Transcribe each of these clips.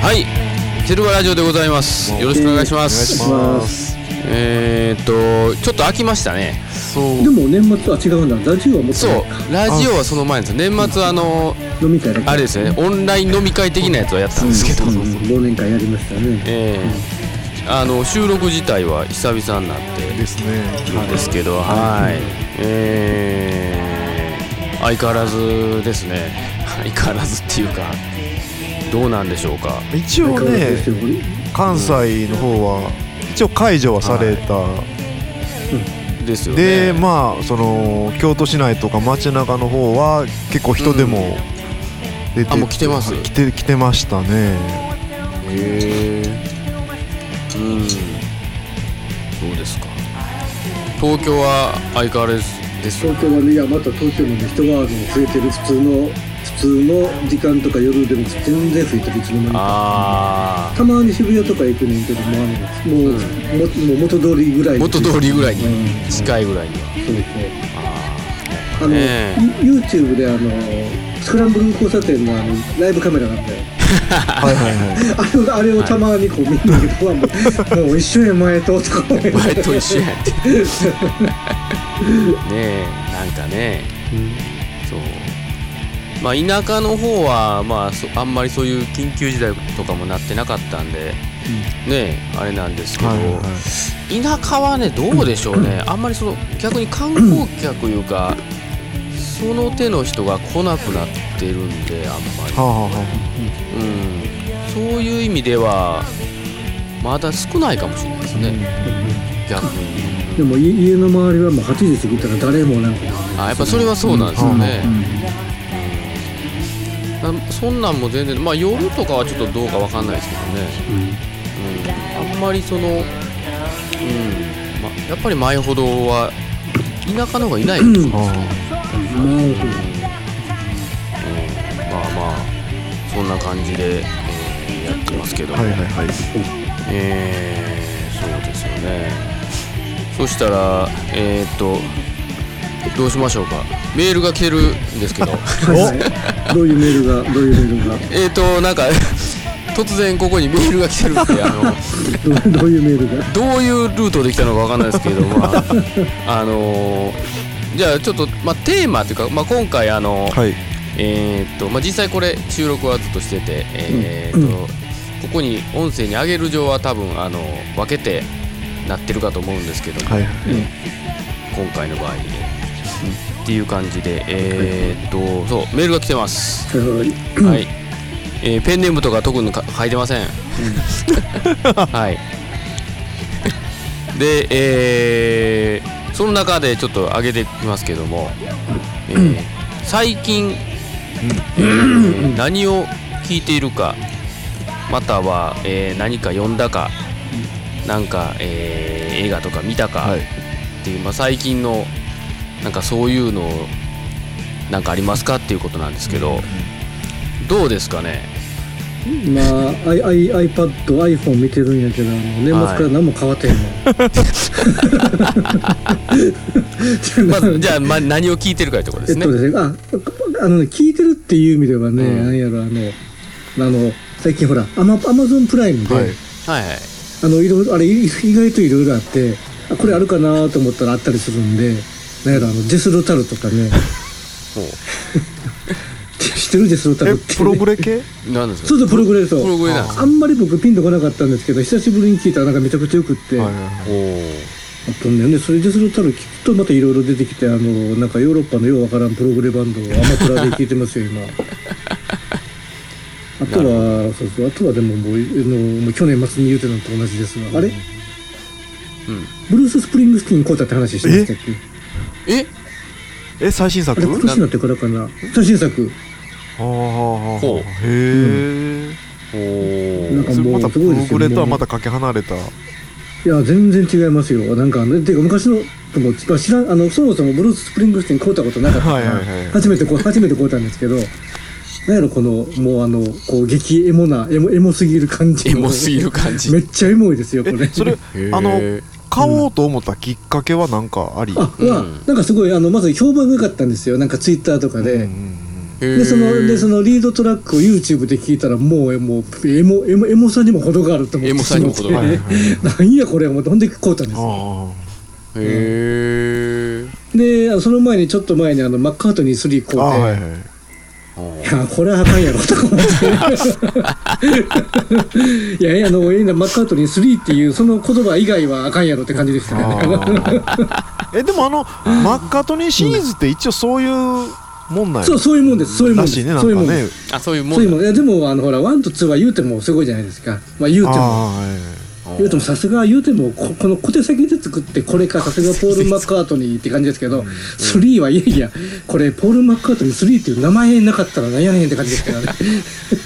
はいセルバラジオでございますよろしくお願いしますお願いしますえー、っとちょっと飽きましたねそうでも年末は違うんだラジオはもっとそうラジオはその前です年末はあの飲み会だけあれですよねオンライン飲み会的なやつはやったんですけど、うん忘年会やりましたねえーあの収録自体は久々になってですねなんですけど、はい、えー相変わらずですね、相変わらずっていうか、どうなんでしょうか、一応相変わねらずですよこれ関西の方は一応解除はされた、ですよね。でまあその京都市内とか街中の方は結構人でも出てあもう来てます来て来てましたねへーうん、そうですか。東京は相変わらずですよ。東京はねいやまた東京もね人が増えてる普通の普通の時間とか夜でも全然増えてるいつの間にかあたまに渋谷とか行くねんけどもあのもう、ももう元通りぐらいー、に元通りぐらいうんに、近いぐらいには。そうですねあの、ねえ You- YouTube であのスクランブル交差点のあのライブカメラなんではいはいはいあれをあれをたまにこう見るんだけど、もうもう一瞬や前ととか思いながら前と一緒やん って。ねえ、なんかね。そうまあ田舎の方はまあそあんまりそういう緊急事態とかもなってなかったんで、ねえあれなんですけど、はいはいはい田舎はねどうでしょうね、あんまりその逆に観光客いうか、その手の人が来なくなってるんであんまり、はあはあはうん、そういう意味ではまだ少ないかもしれないですね、逆に。でもい家の周りはもう8時過ぎたら誰もなんかあやっぱそれはそうなんですよね、なそんなんも全然まあ夜とかはちょっとどうかわかんないですけどね、うんあんまりその、うんま、やっぱり前ほどは田舎の方がいないですもんあはね、もううんまあまあそんな感じで、えーやってますけどあも、はいはいはいえーそうですよねそしたらえーっとどうしましょうかメールが来てるんですけ どはいどういうメールがどういうメールがえーとなんか突然ここにメールが来てるんであのどうどういうメールがどういうルートで来たのかわかんないですけどまああのーじゃあちょっと、まあ、テーマというか、まあ、今回あの、はいえーっとまあ、実際これ収録はずっとしてて、えーっとここに音声に上げる上は多分あの分けてなってるかと思うんですけども、はいはい今回の場合で、っていう感じでえーっとそうメールが来てます。はい、えーペンネームとか特にか書いてません、はいで、えーその中でちょっと上げていきますけども、えー最近、えー何を聞いているかまたは、えー何か読んだかなんか、えー映画とか見たかはいっていう、まあ、最近のなんかそういうのなんかありますかっていうことなんですけど、どうですかね今 I- I- iPad、iPhone 見てるんやけどあの年末から何も変わってへんの、ま ずじゃあ、ま、何を聞いてるかってことですえっね。とですね、あ、あのね、聞いてるっていう意味ではね、うんなんやろ、あの、あの、最近ほら、アマ、アマゾンプライムで、はいはいはい。あの、いろいろ、あれ、い意外といろいろあって、あ、これあるかなと思ったらあったりするんで、なんやろ、あの、ジェスロタルとかね、 も知ってるジェスロタルって、えプログレ系う、なんですかそうそう、プログレそう。プログレなんですあんまり僕ピンとこなかったんですけど、久しぶりに聞いたらなんかめちゃくちゃよくって、はいはいはいおーあとね、ねそれでそれたら聞くとまたいろいろ出てきて、あの、なんかヨーロッパのようわからんプログレバンドをアマプラで聴いてますよ、 今。あとは、そうそう、あとはでももう、あのもう去年末に言うてたのと同じですが、あれうん。ブルース・スプリングスティーンこうたって話してましたっけええ最新あ作れ、今年になってからかな最新作。はあはあはあほうへえおなんーかそれもまうたすプごロいでグすよねレとはまたかけ離れたいや、全然違いますよ。なんか、ね、ていうか昔の、ともまあ知らん、あの、そもそもブルース・スプリングスティーンこうたことなかったかはいらはいはい、初めてこう、初めてこうたんですけど、なんやろ、この、もうあの、こう、激エモな、エモ、エモすぎる感じ。エモすぎる感じめ。っちゃエモいですよ、これえ。それあの買おうと思ったきっかけは何かありあ、は、なんかすごい、あの、まず評判が良かったんですよ。なんかツイッターとかうんうで。んででそのでそのリードトラックを YouTube で聞いたらもうもうエモエモエモさにも程があると思ってエモさにも程がある なんやこれもうなんでこうたんですあへえでその前にちょっと前にあのマッカートニー3買うて、あああはいはいいやこれはあかんやろとか思って いやいやあのエイナ・マッカートニー3っていうその言葉以外はあかんやろって感じでしたねあーえでもあのマッカートニーシリーズって一応そういうもんなんや そうそういうもんですそういうもんらですしいねなそうんいうかもんねですあそういうもそういうんもだんいやでもあのほら1と2は言うてもすごいじゃないですかまあ言うてもあ言うてもさすが言うてもここの小手先で作ってこれかさすがポール・マッカートニーって感じですけど3はいやいやこれポール・マッカートニー3っていう名前なかったらなんやねんって感じですからね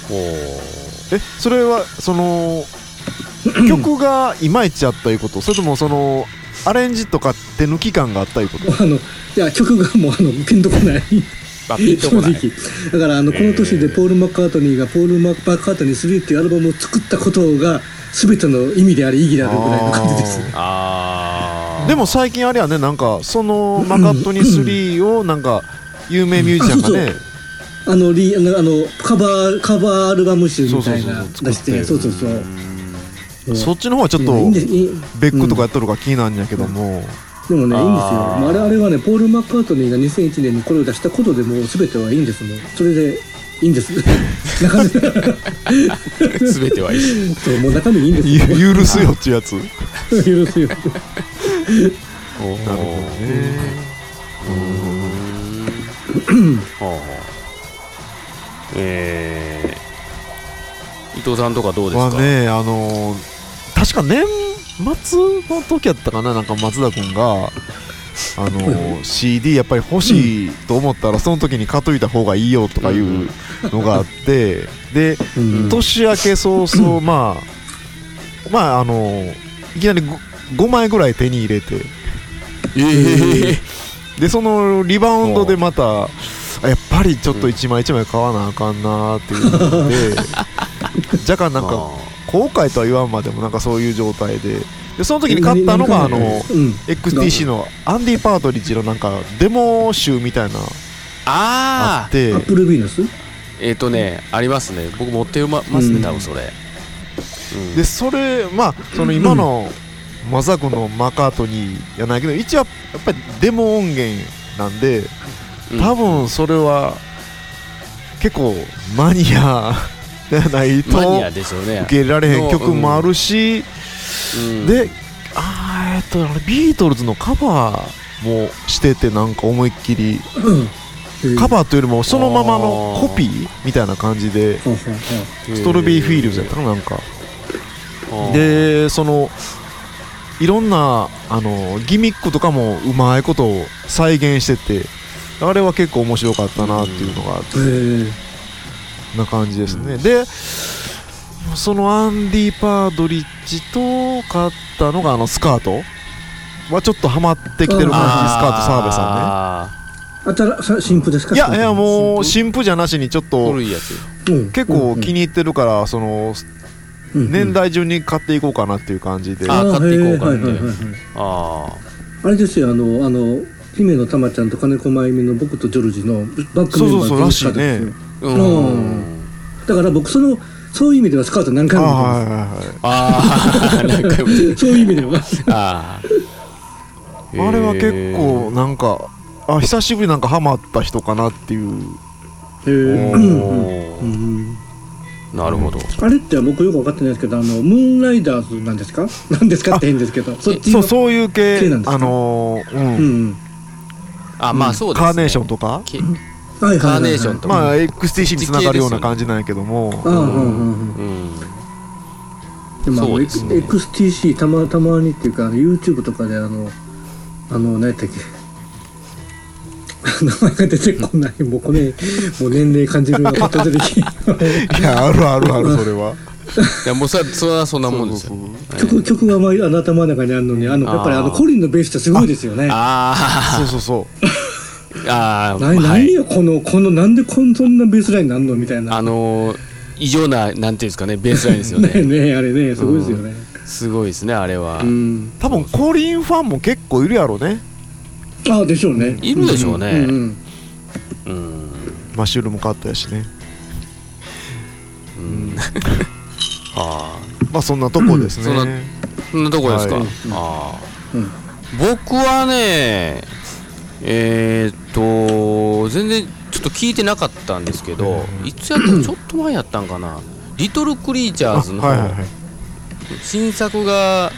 ほうーはいえそれはその曲がいまいちあったいうことそれともそのアレンジとか手抜き感があったいうこともうあのいや曲がもうあのピンとこないあピンとこない正直だからあのこの年でポール・マッカートニーが「ポール・マッカートニー3」っていうアルバムを作ったことが全ての意味であり意義であるぐらいの感じですねあーでも最近あれやねなんかそのマカットニー3をなんか有名ミュージシャンがうんねあのリあのあのカバーカバーアルバム集みそうたいなそうそう出して作そっうそうそうそうそっちの方はちょっいやいいんとですいいベックとかやっとるから気になるんやけどもでもねいいんですよあーまああれあれはねポール・マッカートニーが2001年にこれを出したことでもう全てはいいんですもんそれでいいんです 中身 全てはいいそうもう中身いいんですゆよ許すよっていうやつ許すよほうなるほどねほうえー、伊藤さんとかどうですはか、ねあのー確か年末の時やったかななんか松田君があのー CD やっぱり欲しいと思ったらその時に買っといた方がいいよとかいうのがあってでうん年明け早々 まあまああのーいきなり 5, 枚ぐらい手に入れてえでそのリバウンドでまたあやっぱりちょっと1枚1枚買わなあかんなーっていうので若干なんか後悔とは言わんまでもなんかそういう状態ででその時に買ったのがあのうん、 XTC のアンディ・パートリッジのなんかデモ集みたいなああっーてアップルビーナスえっ、とねありますね僕持ってまますうねん多分それ、うんでそれまあその今のマザコのマカートニーやないけど一応やっぱりデモ音源なんで多分それは結構マニアじゃないマニとアですよね受け入れられへん曲もあるしうんで、あーえっとあれビートルズのカバーもしててなんか思いっきりカバーというよりもそのままのコピーみたいな感じでほうほうストロベリーフィールズやったかななんかうんでそのいろんなあのギミックとかもうまいことを再現しててあれは結構面白かったなっていうのがほうへえな感じですね、でそのアンディ・パードリッジと買ったのがあのスカートはちょっとハマってきてる感じスカート澤部さんねああたらさ新婦ですかいやいやもう新新婦じゃなしにちょっーと古いやつ婦うん結構気に入ってるからそのうんうん年代順に買っていこうかなっていう感じであ買っていこうかってへえはいはいはいはいああれですよあのあの姫のたまちゃんと金子真由美の僕とジョルジのバックメンバーそうそうそう全ら員し使いってますよねーううんだから僕そのそういう意味ではスカート何あ回ーもは見いああはいはいて何回もます そういう意味ではあーあれは結構なんかあ久しぶりなんかハマった人かなっていうへへえーうんおうーんなるほどあれって僕よく分かってないですけどあのムーンライダーズなんですかなんですかって変ですけどそっちそのうそういう系系なんですかあのーうんうんあまあそうですねカーネーションとか、けはいはいはいはいカーネーションとまかあ XTC につながるような感じなんやけども、ああうんうんうんうんでもあの、そうです X- ね XTC たまたまにっていうかあの YouTube とかであのあの何やったっけ 名前が出てこないもうこれもう年齢感じるのが出てき いやあるあるあるそれはいやもうそれはそれはそんなもんですよ曲曲がまああの頭の中にあるのにあのやっぱりああのーコリンのベースってすごいですよねなあそうそうそうーあー何、はないよこのこのなんでこんそんなベースラインなんのみたいなあのー異常ななんていうんですかねベースラインですよ ねえねねえあれねすごいですよねすごいですねあれはうん多分コリンファンも結構いるやろねああでしょうねいるでしょうねんんうんマッシュルーム買ったやしねうん、あまあそんなとこですね、そんなあそんなとこですか、はいあうんー僕はねえー、っと全然ちょっと聞いてなかったんですけど、うんいつやったのちょっと前やったんかな「リトル・クリーチャーズ」のあはいはいはい新作が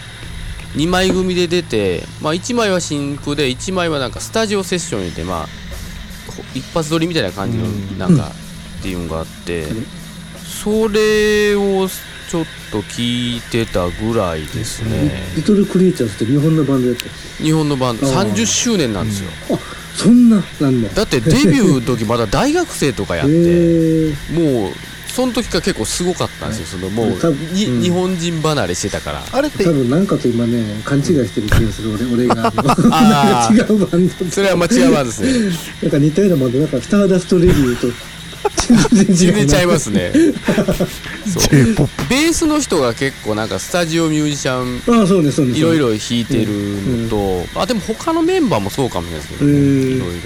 2枚組で出て、まあ、1枚は新譜で1枚はなんかスタジオセッションで、まあ、ほ一発撮りみたいな感じのうんなんかっていうのがあって、それをちょっと聞いてたぐらいですね、リトルクリーチャーズって日本のバンドやったんですよ日本のバンドうん30周年なんですよ、あそんななんだ だってデビューの時まだ大学生とかやっへてえもうその時から結構すごかったんですよそのもう、多分にうん日本人離れしてたからあれって多分なんかと今ね勘違いしてる気がする俺俺があー なんか違うバンドそれは間違いはですね なんか似たようなもんで、なんかスターダストレビューと。全然ちゃいますすねそう j p o p ベースの人が結構なんかスタジオミュージシャンああ、そうね、そうね。いろいろ弾いてるのと、あでも他のメンバーもそうかもしれないですけど、ねへーいろいろ、うん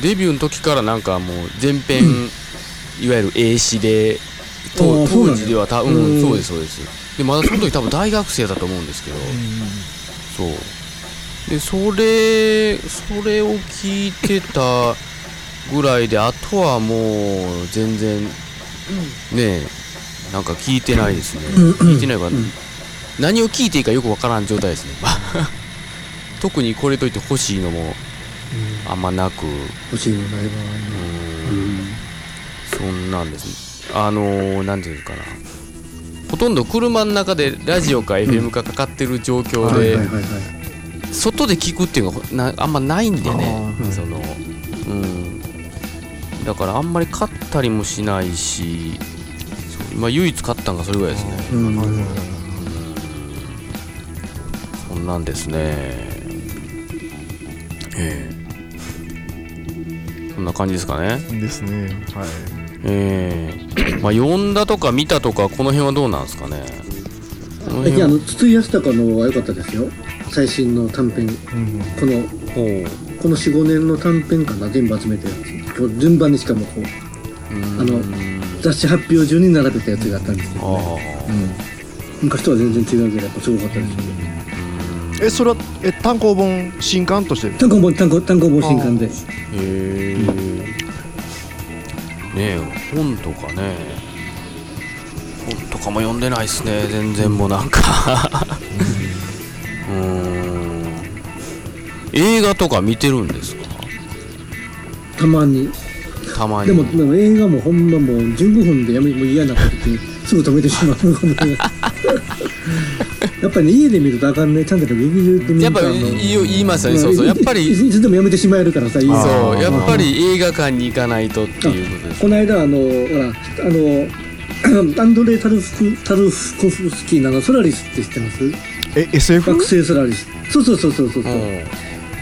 デビューの時からなんかもう全編、 いわゆる英詞であ当ーそ当うなんや時ではた、う、うんんそうですそうですでまだその時多分大学生だと思うんですけど、そうでそれそれを聞いてたぐらいであとはもう全然ねえなんか聞いてないですね聞いてないから、何を聞いていいかよくわからん状態ですね 特にこれといって欲しいのもあんまなく欲しいのないわ。うんうんそんなんですねあのー、なんていうのかなほとんど車の中でラジオか FM かかかってる状況はいで、はいはいはい。外で聞くっていうのがほなあんまないんでねあーはいそのうんだからあんまり買ったりもしないしそう今唯一買ったのがそれぐらいですねうんはいはいはいそんなんですねええそんな感じですかねいいですねはいええまあ読んだとか見たとかこの辺はどうなんですかねこの辺最近あはの、筒井康隆のは良かったですよ。最新の短編。うんこの、ほうこの4、5年の短編かな、全部集めてるやつ。こう順番にしかもこう、うんあの雑誌発表順に並べたやつがあったんですけど、ね、あ昔とは全然違うけど、やっぱすごかったですよね。えそれはえ単行本新刊として単行本、単行単行本新刊で。あへえねえ本とかね本とかも読んでないっすね全然もうなんかうーん映画とか見てるんですかたまに。たまにでも、でも映画もほんまもう15分でやめもう嫌なこと言ってすぐ止めてしまうの がやっぱりね家で見るとあかんねちゃんと劇場で見やるっとぱあの言いよ言いますよねそうそうやっぱいりついつでもやめてしまえるからさいいあーそうやっぱりり映画館に行かないとっていうことですこの間あのほらあのアンドレイ・タルフタルフコフスキーのあのソラリスって知ってますえ SF? 惑星ソラリスそうそうそうそうそう、う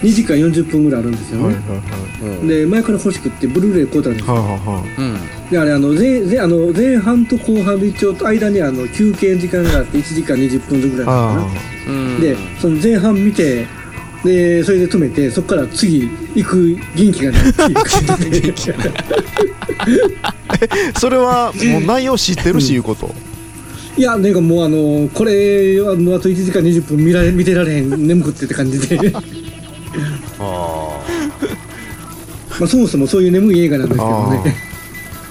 2時間40分ぐらいあるんですよはいはいね、はうんうんで前から欲しくってブルーレイ買うたんですよいはいはいはいうんであれあの前前あの前半と後半で一応間にあの休憩時間があって1時間20分ぐらいだったかあなうんでその前半見てでそれで止めてそこから次行く元気がないって いう感じであそれはもう内容知ってるしいうこといやなんかもうあのこれはもうあと1時間20分見られ見てられへん眠くってって感じでまああそもそもそういう眠い映画なんですけどあね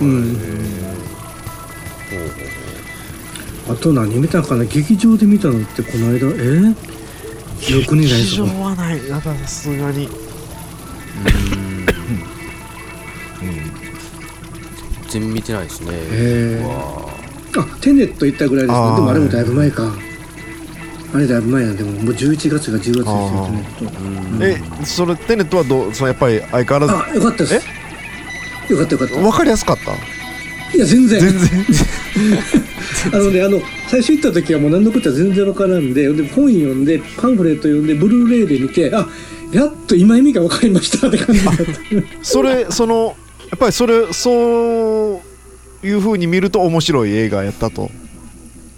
うんあと何見たかな劇場で見たのってこの間え記憶にない劇ぞ場はないなんかさすがに全然見てないですねへーわああテネット行ったぐらいですあーねでもあれもだいぶ前かあれだいぶ前やでももう11月が10月ですよあーテネットうんえそれテネットはどうそのやっぱり相変わらあよかったですよかったよかっず分たかりやすかったいや全然全然あのねあの最初行った時はもう何のことは全然わからんでで本読んでパンフレット読んでブルーレイで見てあやっと今意味が分かりましたって感じだ ったそれそのやっぱりそれそういうふうに見ると面白い映画やったと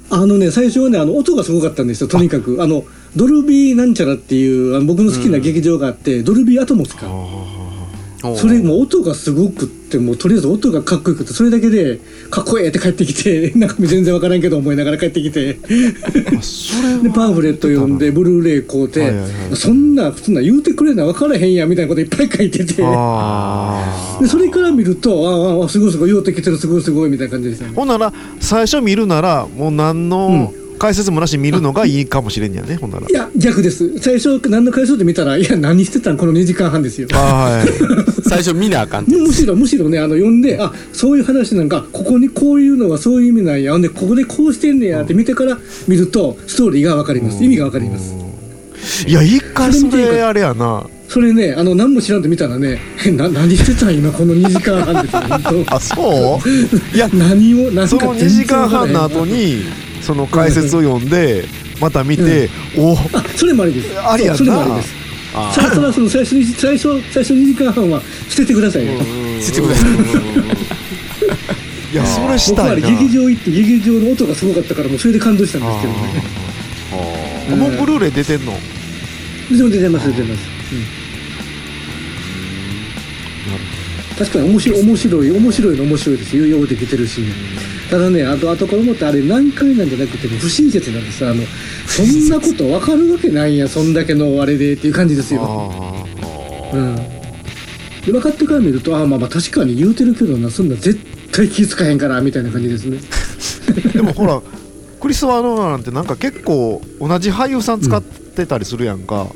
あのね最初はねあの音がすごかったんですよとにかくあのドルビーなんちゃらっていうあの僕の好きな劇場があって、ドルビーアトモスかそれもう音がすごくってもうとりあえず音がかっこよくてそれだけでかっこええって帰ってきて中身全然わからんけど思いながら帰ってきてあそれはでパンフレット読んでブルーレイ買うて、はいはいはいそんなそんな言うてくれな分からへんやみたいなこといっぱい書いててあでそれから見るとあああすごいすごい言うてきてるすごいすごいみたいな感じでしたーねほんなら最初見るならもう何の解説もなしに見るのがいいかもしれんやねほんならいや逆です最初何の回数で見たらいや何してたんこの2時間半ですよはい最初見なあかんってむむしろむしろねあの読んであそういう話なんかここにこういうのがそういう意味なんやほんでここでこうしてんねやって見てから見るとストーリーが分かります意味が分かりますいや一回それあれやなそれねあの何も知らんと見たらねえな何してたん今この2時間半ですよ本当あそういや何を何そかの2時間半の後ににその解説を読んでまた見て、おあそれもありですありやなそうそれもありですあ最初はその最初に最初最初2時間半は捨ててくださいね 捨ててくださいいやそれし僕たはいな劇場行って劇場の音がすごかったからもうそれで感動したんですけどねあもうブルーレイ出てんのなるでも出てます出てます、確かに面白い面白い面白いの面白いですよようできてるしただねあとあとこれもってあれ難解なんじゃなくても不親切なんですあのそんなこと分かるわけないやんそんだけのあれでっていう感じですよ、ほどうん、で分かってから見るとああまあまあ確かに言うてるけどなそんな絶対気づかへんからみたいな感じですねでもほらクリス・ワノーラなんてなんか結構同じ俳優さん使ってたりするやんか、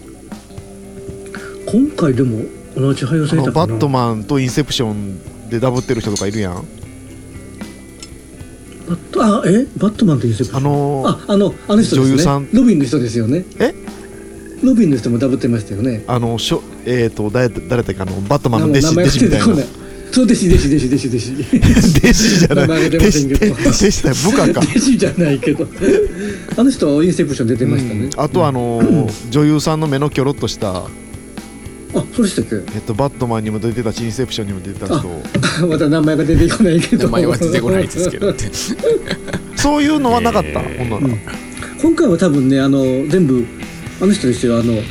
今回でも同じ俳優あさんいのたかバなットマンとインセプションでダブってる人とかいるやんバットあえバットマンという人あのああのあの人ですね女優さんロビンの人ですよねえロビンの人もダブってましたよねあのしょえっ、ー、と誰誰だっけあのバットマンのもう弟子名前弟子みたいな弟そう弟子弟子弟子弟子弟子子じゃない名前が 出弟ません子けど弟子だよ部下か 弟子じゃないけどあの人はインセプション出てましたね、あとあのー女優さんの目のキョロっとした、あそうでしたっけ えっと、バットマンにも出てたしインセプションにも出てた人また名前が出てこないけ名ど前は出てこないですけ どってそういうのはなかった、えーほんなら、今回は多分ねあの全部あの人ですよあの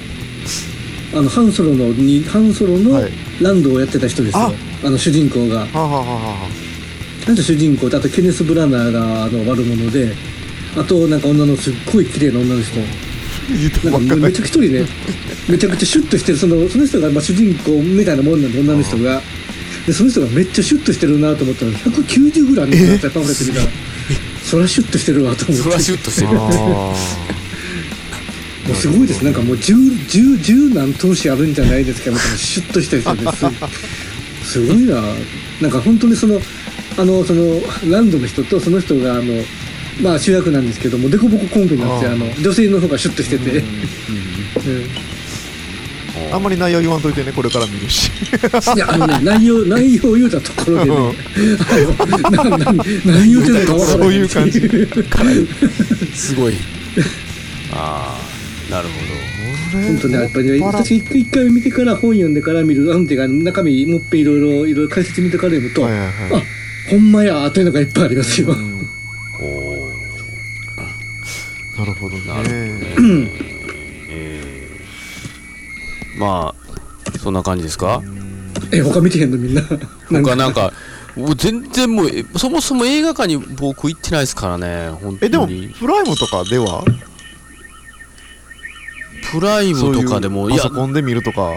あのハンソロのにハンソロのはいランドをやってた人ですよ、ああの主人公がはあ、はあはあはなんか主人公とあとケネス・ブラナーがあの悪者であとなんか女のすっごい綺麗な女の人あ、言ったばなっんかかめりめちゃくちゃ一人ねめちゃくちゃシュッとしてるそのその人がまあ主人公みたいなもんなんで女の人がでその人がめっちゃシュッとしてるなと思ったら190ぐらいの人だったらパンフレット見たらそらシュッとしてるわと思そっらてシュッとしてるあもうすごいですなんかもう十十十何投資あるんじゃないですかみたいなシュッとした人ですすごいななんか本当にそのあのそのランドの人とその人があのまあ主役なんですけども凸凹コンビなんですよあーあの女性の方がシュッとしてて、うんーあんまり内容言わんといてねこれから見るしいやあのね内容内容を言うたところでね、あのなな何言うてるのかわからなそいういう感じすごいああなるほ本当ねやっぱりね私一回一回見てから本読んでから見るなんていうか中身もっぺいろいろいろいろ解説見てから読むと、はいはいはいあほんまやというのがいっぱいありますよ、どおーなるほどなねまあそんな感じですか え他見てへんのみんななん他なんかもう全然もうえそもそも映画館に僕行ってないですからね本当にえでもプライムとかではプライそうムいとうかでもいパやソコンで見るとか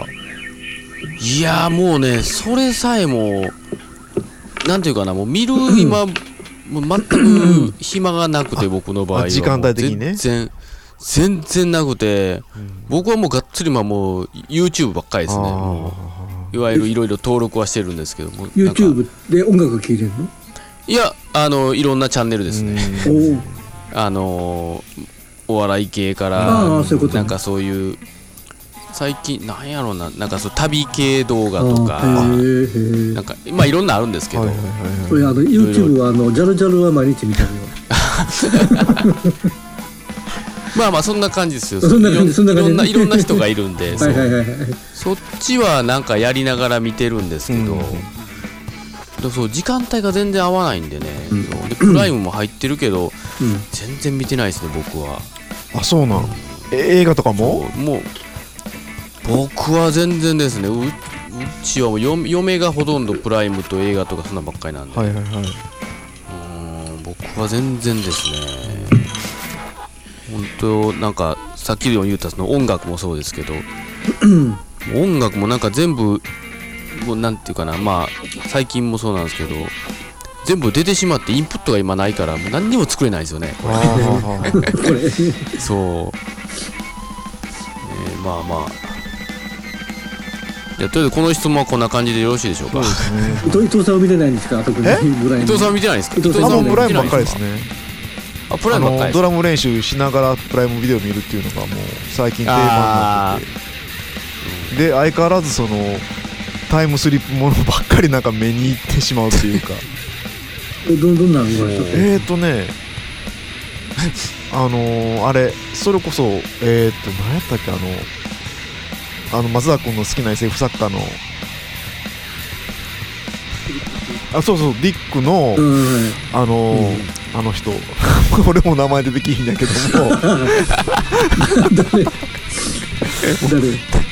いやもうねそれさえもなんていうかなもう見る今もう全く暇がなくて僕の場合はあ時間帯的にねもう全然全然なくて僕はもうがっつりまあもう YouTube ばっかりですねもあういわゆるいろいろ登録はしてるんですけどもなんか YouTube で音楽聴いてるのいやあのいろんなチャンネルですねーうんおおあのーお笑い系からああそういうことねなんかそういう最近なんやろうななんかそう旅系動画とかへえなんかまあいろんなあるんですけど、はいはいはいこれあの YouTube はあのジャルジャルは毎日見てるよまあまあそんな感じですよそんな感じいろそんな感じいろんないろんな人がいるん でそはいはういはいはいそっちはなんかやりながら見てるんですけど、うんでもそう時間帯が全然合わないんでね、そうでプライムも入ってるけど、うん全然見てないですね僕はあそうなんえ映画とかももう僕は全然ですねうちはもう嫁嫁がほとんどプライムと映画とかそんなんばっかりなんで、はいはいはい。うん僕は全然ですね本当なんかさっきの言ったその音楽もそうです けど音楽もなんか全部もうなんていうかなまあ最近もそうなんですけど全部出てしまってインプットが今ないからもう何にも作れないですよねあーはーはーこれそう、えーまあまあじゃあとりあえずこの質問はこんな感じでよろしいでしょうか、そうですね。伊藤伊藤さんを見てないんですか特にえブライン伊藤さんは見てないですか伊藤さんあ、はもうプ見てなラいイムばっかりですねね。あプライあムばっかのりですドラム練習しながらプライムビデオ見るっていうのがもう最近定番になっててで相変わらずそのタイムスリップものばっかりなんか目にいってしまうと いうかえどどんなのがそうえーとねあのー、あれそれこそえーと何やったっけあのあの松田君の好きな SF 作家のあそうそうディックの、うんうんうんあのーあの人 俺も名前出てきひんや けども 誰誰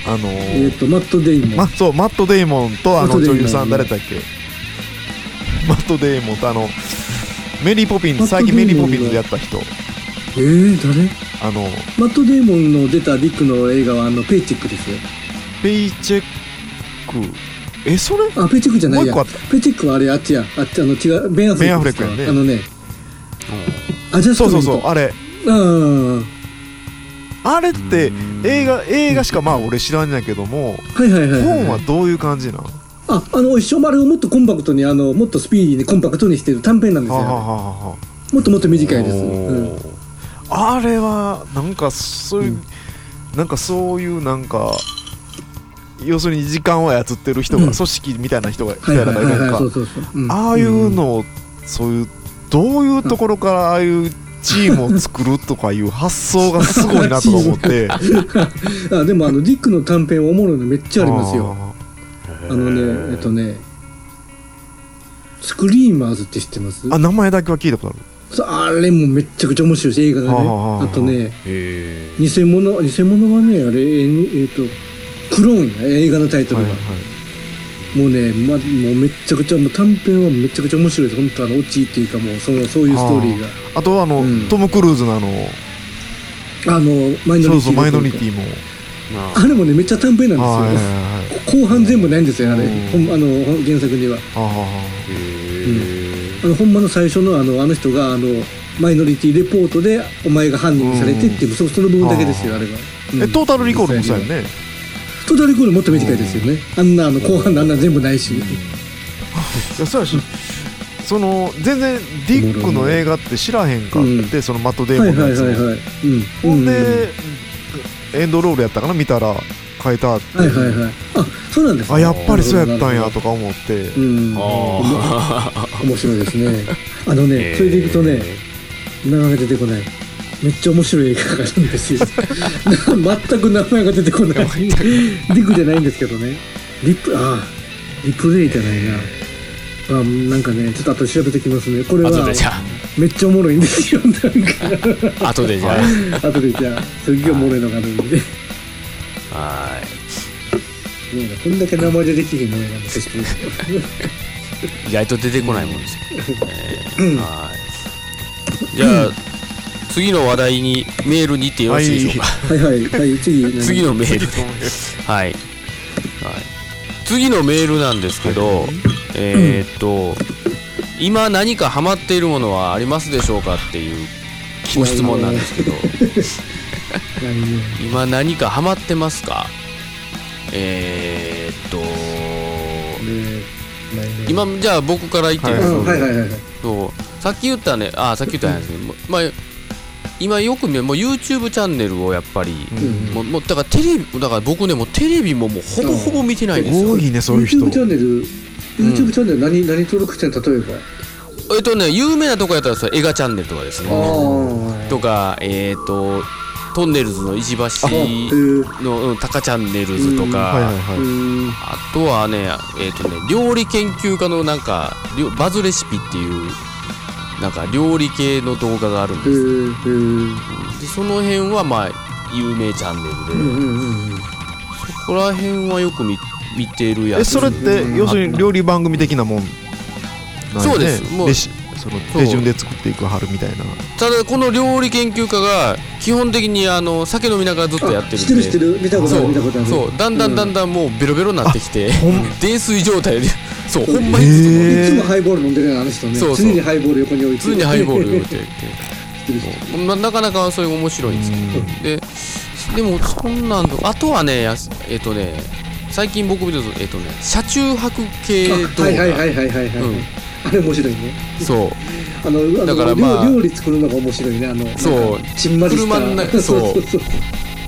あのーえっとマット・デイモンま、そうマット・デイモンとあマッのトデイモン女優さん誰だっけマット・デイモンとあのメリー・ポピンズマッ最トデイ近モンメリー・ポピンズでやった人えー、誰あのマット・デイモンの出たディックの映画はあのペイチェックですよペイチェックえそれあペイチェックじゃないやもう一個あっペイチェックはあれあっちやあっちあの違うベン・アフレックですかベンアフレックやねあのねアジャスそトうメそンうトそうあれうんうんあれってうん映画映画しかまあ俺知らんやけどもはいはいはい、本はどういう感じなんはああの一生丸をもっとコンパクトにあのもっとスピーディーにコンパクトにしてる短編なんですあはよ、あはあはもっともっと短いです、うんおーああれはなんかそういううんなんかそういうなんか要するに時間を操ってる人がうん組織みたいな人がみたはいいなはのがいはいいるはんいかそうそうそう、うん ああいうのをそういうどういうところからああいうチームを作るとかいう発想がすごいなとか思って あでもあのディックの短編おもろいのめっちゃありますよああのねえっとねスクリーマーズって知ってますーあ名前だけは聞いたことあるそうあれもめっちゃくちゃ面白いし映画がねはあはあはああとねへー偽物偽物はねあれえーえっとクローンや映画のタイトルが、もうね、ま、もうめっちゃくちゃもう短編はめちゃくちゃ面白いです本当あのオチっていうかもうそのそういうストーリーがあとはあの、うんトム・クルーズのあのあのマイノリティそうそうマイノリティィもまああれもねめっちゃ短編あなんーはいですはいよはい後半全部ないんですよあれうんほんあの原作にはあへーあのほんまの最初のあのあの人があのマイノリティレポートでお前が犯人にされてっていう、そその部分だけですよああーれが、ーうえんトータルリコールもそうやんねトータルイコールもっと短いですよねあんなあの後半のあんな全部ないし、いやそうやしその全然ディックの映画って知らへんかって、そのマット・デイモはいンのはいやつはいもはいうんほんうんで、エンドロールやったかな見たら書いてあって、はいはいはいあそうなんですあねやっぱりそうやったんやとか思って、うんあ面白いですねあの ね、ーそれでいくとね名前が出てこないめっちゃ面白い映画があるんですよ な全く名前が出てこないディクじゃないんですけどねリプあーリプレイじゃないなあなんかねちょっと後で調べてきますねこれは後でじゃめっちゃおもろいんですよなんか あ後でじゃ後でじゃあすっげえおもろいのがあるんでねあはえこんだけ名前でできひんのよなんか確かにーい意外と出てこないもんですうんはいじゃあ次の話題にメールに行ってよろしいでしょうかはいはいはい次何次のメールではい、はい、次のメールなんですけど、えーっと今何かハマっているものはありますでしょうかっていうご質問なんですけど何ね今何かハマってますかえーっとね何ね今じゃあ僕から言ってみまはすいうんはいはいはいはいそうさっき言ったねあさっき言ったんですけど、まあ、今よく見るもう YouTube チャンネルをやっぱり、うんもうもうだからテレビだから僕ねもうテレビももうほぼほぼ見てないんですよ多いねそういう人 YouTube チャンネルん YouTube チャンネル何、何登録してんの例えばえっとね有名なとこやったらそれ映画チャンネルとかですあねあとかえっ、とトンネルズの石あへ橋ーのうんタカチャンネルズとか、はいはいはい、うんあとはねえっ、とね料理研究家のなんかりょバズレシピっていうなんか料理系の動画があるんでへすーへーでその辺はまあ有名チャンネルで、うんうんうんうんそこら辺はよく見見てるやつえそれって要するに料理番組的なもんなんそうですもうレシそのそう手順で作っていくはるみたいなただこの料理研究家が基本的にあの酒飲みながらずっとやってるんで知ってる知ってる見たことあそる見たことあうるそうだんだんだんだんもうベロベロになってきて、ほん 泥酔状態でそううんほんまにずっとへーいつもハイボール飲んでるよねあの人ねそうそう常にハイボール横に置いて普通にハイボール打っ 知てっる知ってるそうななかなかそれ面白いんですけどででもそんなんのあとはねやすえっ、とね最近僕見てるとえっ、とね車中泊系動あ画、はいはいはいはいはいはい、うんあれ面白いねそうあのあのだからまあ料料理作るのが面白いねあのそうなんかちんまりした車の 中そうそうそう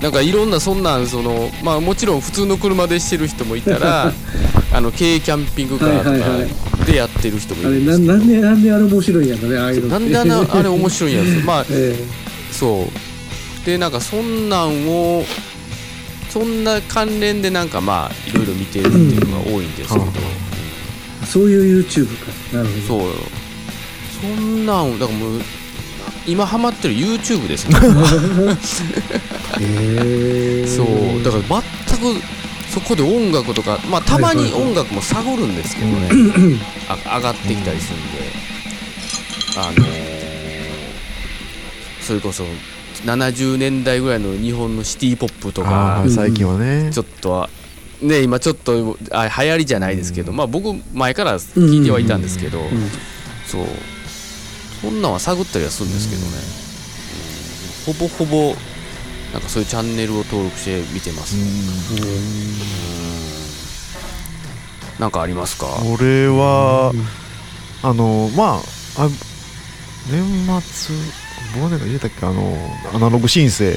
なんかいろんなそんなんそのまあもちろん普通の車でしてる人もいたら あの軽キャンピングカーはいはいはとかでやってる人もいあるれんでなすけどなんでなんであれ面白いんやろねああいうのなんであん なあれ面い、白いんやろまあえそうでなんかそんなんをそんな関連でなんかまあいろいろ見てるっていうのが多いんですけど、うんえそういう YouTube かなるほどそうそんなんだからもう今ハマってる YouTube です ねへえそうだから全くそこで音楽とかまあたまはにいはいはい音楽も探るんですけどね、あ上がってきたりするんで、あのーそれこそ70年代ぐらいの日本のシティポップとかあー最近はねちょっとはね今ちょっとあ流行りじゃないですけど、まあ僕前から聞いてはいたんですけど、んそうそんなんは探ったりはするんですけどね、うんほぼほぼなんかそういうチャンネルを登録して見てます、ねなんかありますか俺はあのまああ年末忘年会入れたっけあのアナログ申請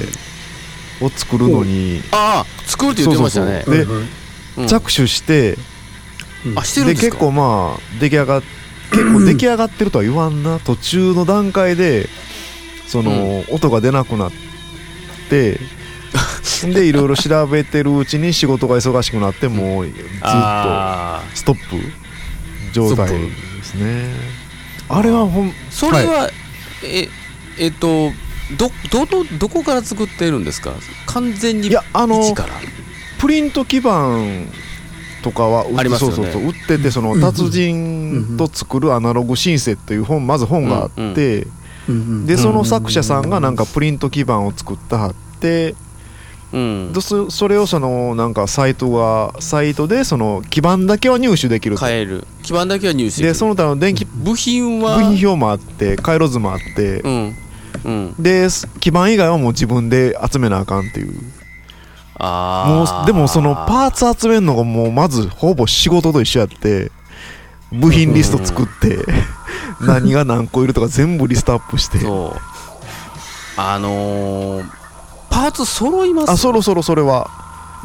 を作るのにああ作るって言ってましたねそうはいではいうん着手して、あしてるんでですか結構まあ出来 上がっ結構出来上がってるとは言わんな途中の段階でその、音が出なくなって でいろいろ調べてるうちに仕事が忙しくなってもうずっとあーストップ状態ですねあれはほんそれは、ええっとどどのどこから作ってるんですか完全にいやあの一からプリント基板とかは売ってありますよねそうそうそう売っててその達人と作るアナログシンセっていう本まず本があって、うんうんうんうんでその作者さんがなんかプリント基板を作ったはってうんどそそれをそのなんかサイトがサイトでその基板だけは入手できると買える基盤だけは入手できるでその他の電気部部品は品表もあって回路図もあってうんうんです基板以外はもう自分で集めなあかんっていうもああうでもそのパーツ集めるのがもうまずほぼ仕事と一緒やって部品リスト作って何が何個いるとか全部リストアップしてそうあのー、パーツ揃いますあそろそろそれは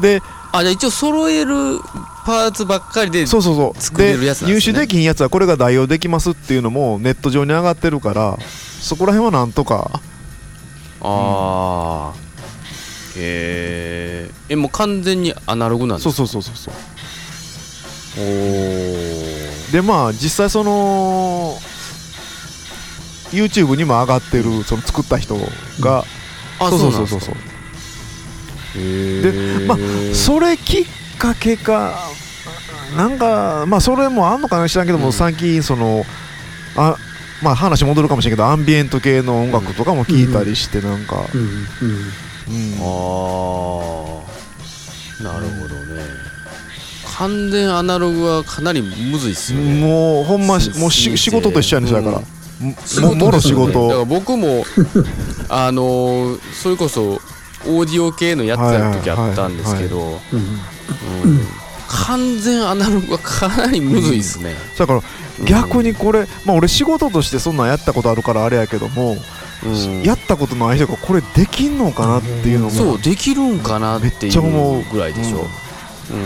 であじゃあ一応揃えるパーツばっかりでそうそうそう作れるやつなんでで入すね手できひんやつはこれが代用できますっていうのもネット上に上がってるからそこら辺はなんとかああへーえもう完全にアナログなんですそうかそうそうそうそうおーでまあ実際その YouTube にも上がってるその作った人が、あそうそうそうそそううなんですそうかへーでまあそれきっかけかなんかまあそれもあんのかな知らんけども、うん最近そのあまあ話戻るかもしれんけどアンビエント系の音楽とかも聞いたりしてなんか、うんううんんああなるほどね完全アナログはかなりむずいっすよねもうほんまし先生もうし仕事と一緒やねんだから、仕も事もろです仕よねだから事僕も あのーそれこそオーディオ系のやつやる時あったんですけどうんうん完全アナログは かなりむずいっすね、だから逆にこれ、まあ、俺仕事としてそんなんやったことあるからあれやけども、うんやったことない人がこれできんのかなっていうのもそうできるんかなってめっいちゃ思ううぐらいでしょ、うん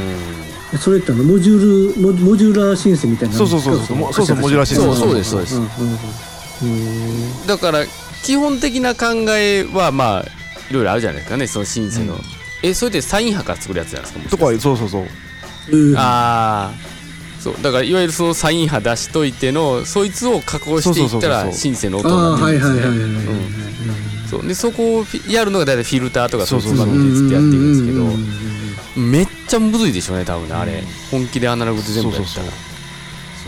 うそれってあのモジュールモモジュラー申請みたいなのそうそうそうそうもそうそうモジュラー申請そうそうですそうですんうんうんんだから基本的な考えはまあいろいろあるじゃないですかねそのシンセの、うんえそれでサイン波から作るやつじゃないですかとかそうそうそううんああそうだからいわゆるそのサイン波出しといてのそいつを加工していったそうそうそうそらうシンセの音にあなあっーてはるいんですはねいはいはいはいはいそうでそこをフィやるのが大体フィルターとかそそうういそつううそうまみでつってやっていくんですけどめっちゃむずいでしょうね多分ねあれ、うん本気でアナログで全部やったらそうそうそ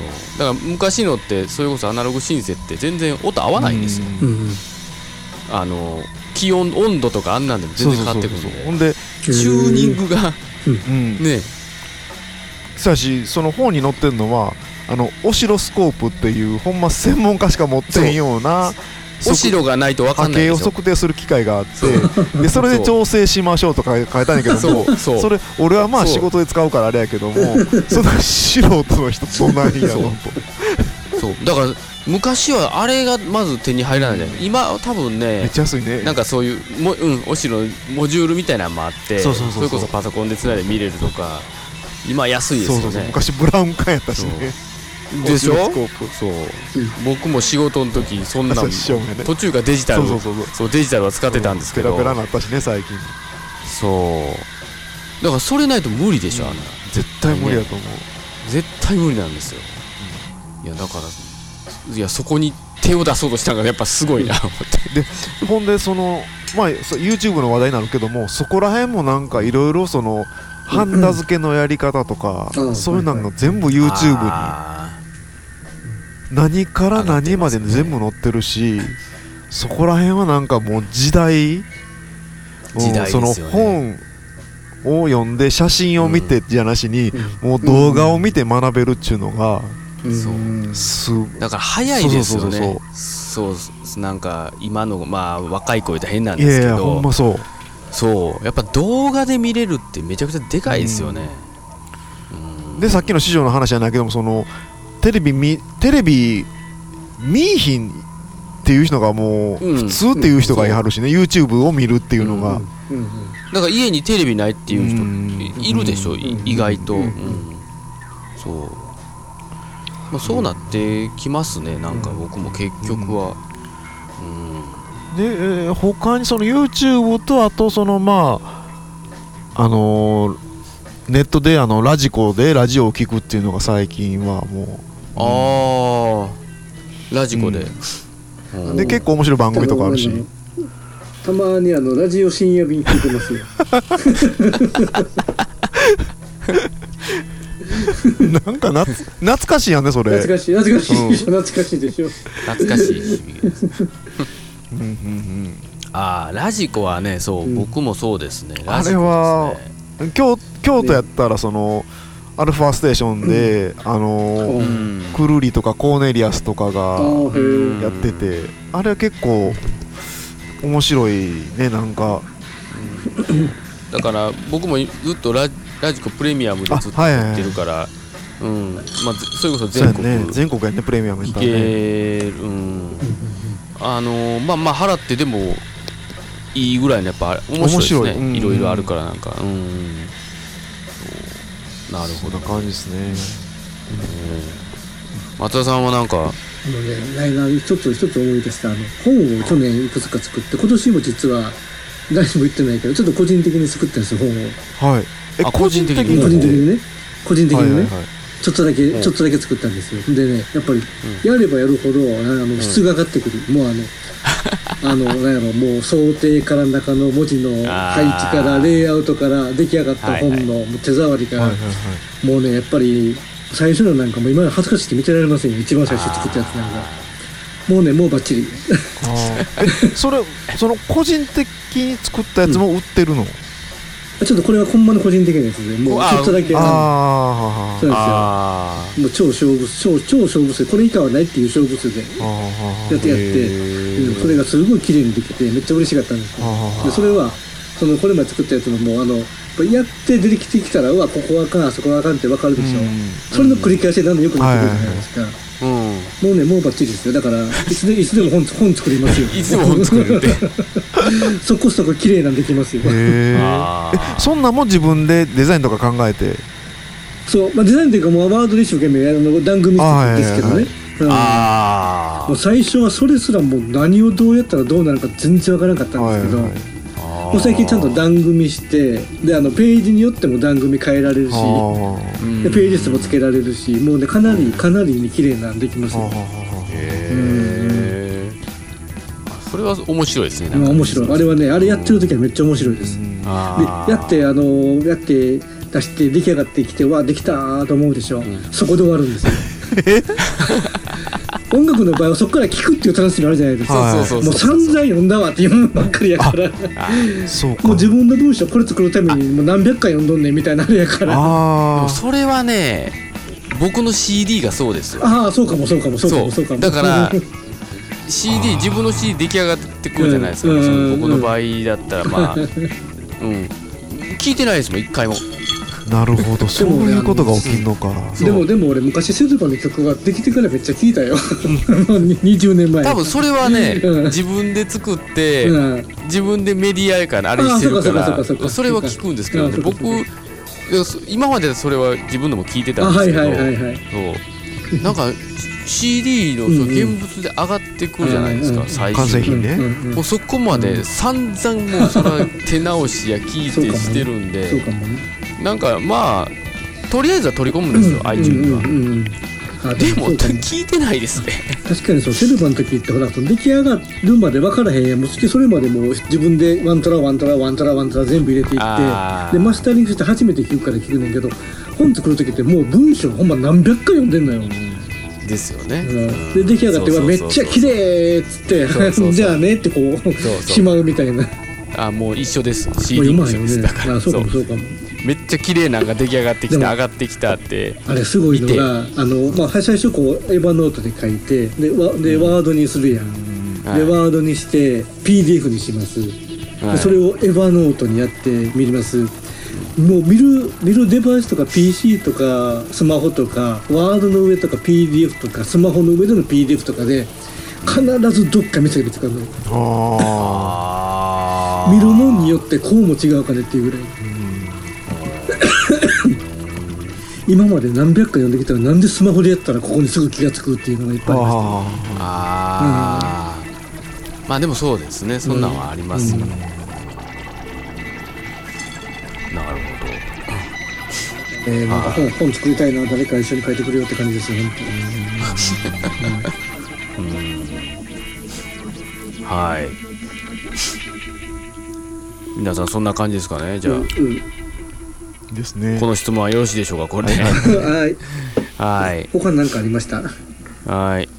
うそうだから昔のってそれこそアナログシンセって全然音合わないんですよ、ううんあの気温温度とかあんなんでも全然変わってくるんそうそうそうそでうほんでチューニングがうんねさしその本に載ってるのはあのオシロスコープっていうほんま専門家しか持ってんようなお城がないと分か波んない形でをしょ測定する機械があって でそれで調整しましょうとか書いたんやけどもそうそうれ俺はまあそう仕事で使うからあれやけ どもそんな素人の人そんなんやろそうだから昔はあれがまず手に入らないじゃない、今は多分めっねちゃ安いねなんかそういうも、うん、お城のモジュールみたいなのもあってそうそうそうそうれこそパソコンでつないで見れるとか今安いですそようねそうそう昔ブラウン管やったしねでしょオシロスコープそう僕も仕事の時そんなそんうしようがね途中がデジタルそうそうそうそうそうデジタルは使ってたんですけどペラペラなったしね最近そうだからそれないと無理でしょ、あんな絶対無理やと思う絶対無理なんですよ、いやだからいやそこに手を出そうとしたのがやっぱすごいな思ってほんでその、まあ、そう YouTube の話題になるけどもそこら辺もなんかいろいろそのハンダ付けのやり方とか、うんそういうのが全部 YouTube にあ何から何まで全部載ってるしそこら辺はなんかもう時代うん時代ですそよのね本を読んで写真を見てじゃなしに、うもう動画を見て学べるっちゅうのがんそうすーだから早いですよそうそうねそうなんか今のまあ若い子言うたら変なんいですやいけやどほんまそうそうやっぱ動画で見れるってめちゃくちゃでかいですよね、うんでさっきの市場の話じゃないけどもそのテレビ見テレビ見いひんっていう人がもううん普通っていう人がいはるしね、YouTube を見るっていうのが、うんだから家にテレビないっていう人うんいいるでしょ、いうん意外と、うんうんそう、まあ、そうなってきますねなんか僕も結局はでえー他にその YouTube とあとそのまああのーネットであのラジコでラジオを聞くっていうのが最近はもうん、ああラジコで、ううんで結構面白い番組とかあるしたまにあのラジオ深夜便聞いて ますよ なんかなつ懐かしいやんねそれ懐かしい懐かしうんいでしょ懐懐かかしいでしょしい響きですうんうんうんああラジコはねそう、うん僕もそうですねあれはラジコですね京京都やったらその、アルファステーションで、あのーううんくるりとかコーネリアスとかああがーへえやってて、あれは結構面白いねなんかだから僕もずっとララジコプレミアムでずっとあはいはいはいやってるから、うんまあ、ずそれこそそうや全国ね全国やねプレミアムやっ行たらねける、うん、あのーまあまあ払ってでもいいぐらいのやっぱ面白いですね面白いうんいろいろあるからなんかうんそうなるそほんど、なうん、感じですね松田さんはなんかあのね、来年一つ一つ思い出したあの本を去年いくつか作って今年も実は誰にも言ってないけどちょっと個人的に作ったんですよ本をはいえあ個人的に個人的ににね個人的はいにね、はいはいちょっとだけ、うんちょっとだけ作ったんですよでねやっぱりやればやるほどあの質が上がってくる、も うあのあのなんやろもう想定から中の文字の配置からあーレイアウトから出来上がった本はいの手触りから、はいはいはいもうねやっぱり最初のなんかもう今の恥ずかしくて見てられませんよ一番最初作ったやつなんかもうねもうバッチリ あーえそれその個人的に作ったやつも売ってるの、ちょっとこれはほんまの個人的なやつでもうあーちょっとだけああのそうーなんですよあもう超勝負超超勝負数これ以下はないっていう勝負数であーあーやってやって、うんそれがすごい綺麗にできてめっちゃ嬉しかったんですよあーでそれはそのこれまで作ったやつのもうあのやっぱやって出てきてきたらうわここはあかんあそこはあかんってわかるでしょ、うんそれの繰り返しでだんだんよくなってくるじゃないですか、ーうんもうねもうバッチリですよだからいつでいつでも本本作りますよいつでも本作るって そこそこ綺麗なんできますよへあーーえそんなんも自分でデザインとか考えてそう、まあ、デザインというかもうワードで一生懸命やるの番組ですけどねうんあもう最初はそれすらもう何をどうやったらどうなるか全然わからなかったんですけど、はいはいあもう最近ちゃんとン段組みしてであのページによっても段組み変えられるしあでページ数もつけられるしもうねかなりかなりに綺麗なんできますよーあーへえそれは面白いですね。なんか面白いあれはねあれやってる時はめっちゃ面白いです、であーやってあのやって出して出来上がってきてわできたーと思うでしょ、そこで終わるんで すよ 音楽の場合はそこから聴くっていう楽しみあるじゃないですか、はいそうもそううそう。散々読んだわっていうものばっかりやからもそうかう自分の文章これ作るためにもう何百回読んどんねんみたいなあれやからあああそれはね、僕の CD がそうですよ。あーそうかもそうかもそうかもそそううかもだから CD 自分の CD 出来上がってくるじゃないですか、うんそのうん僕の場合だったら まあうん聞いてないですもん一回もなるほどそういうことが起きるのかでもでも俺昔セズバの曲ができてからめっちゃ聴いたよも う20年前多分それはねうん自分で作って、うん自分でメディアやからあれしてるかあそうかそうかそうからそうかそれは聞くんですけど、ねそうか僕そうかいやそ今までそれは自分でも聞いてたんですけど、あはいはいはいはいそうなんか CD のそのうんうん現物で上がってくるじゃないですか、うんうん最完成終品ね、うんうんもうそこまで散々もうそれは手直しや聞いてしてるんそうでかもねなんかまあとりあえずは取り込むんですよ iTunes はうんうんうんあででももそうかも聞いてないですね確かにそうセルバの時ってほらその出来上がるまで分からへんやんもうそれまでもう自分でワントラワントラワントラワントラ全部入れていってあーでマスタリングして初めて聞くから聞くねんけど本作る時ってもう文章ほんま何百回読んでんのよ、ですよねうんで出来上がって「そうそわうめそうっちゃ綺麗っつってそうそうそう じゃあね」ってこうそうそうしまうみたいなあもう一緒です CD 今もは一よ緒ですねだかあらそうかもそそううかもめっちゃ綺麗なんか出来上がってきでたも上がってきたってあれすごいの見てがあの、まあ、最初こうエヴァノートで書いてでワでワードにするやん、ではいワードにして PDF にします、はいでそれをエヴァノートにやってみますもう見る見るデバイスとか PC とかスマホとかワードの上とか PDF とかスマホの上での PDF とかで必ずどっか見せが使うのああー見るもんによってこうも違うかねっていうぐらい今まで何百回読んできたらなんでスマホでやったらここにすぐ気が付くっていうのがいっあぱいありましああーまあでもそうですねそんなんはありますよね、なるほどた、えーなんか本本作りたいな誰か一緒に書いてくれよって感じですよ本当にはい。皆さんそんな感じですかね。じゃあ、ですねこの質問はよろしいでしょうか。これで。うん、はいはい。他何かありましたはい。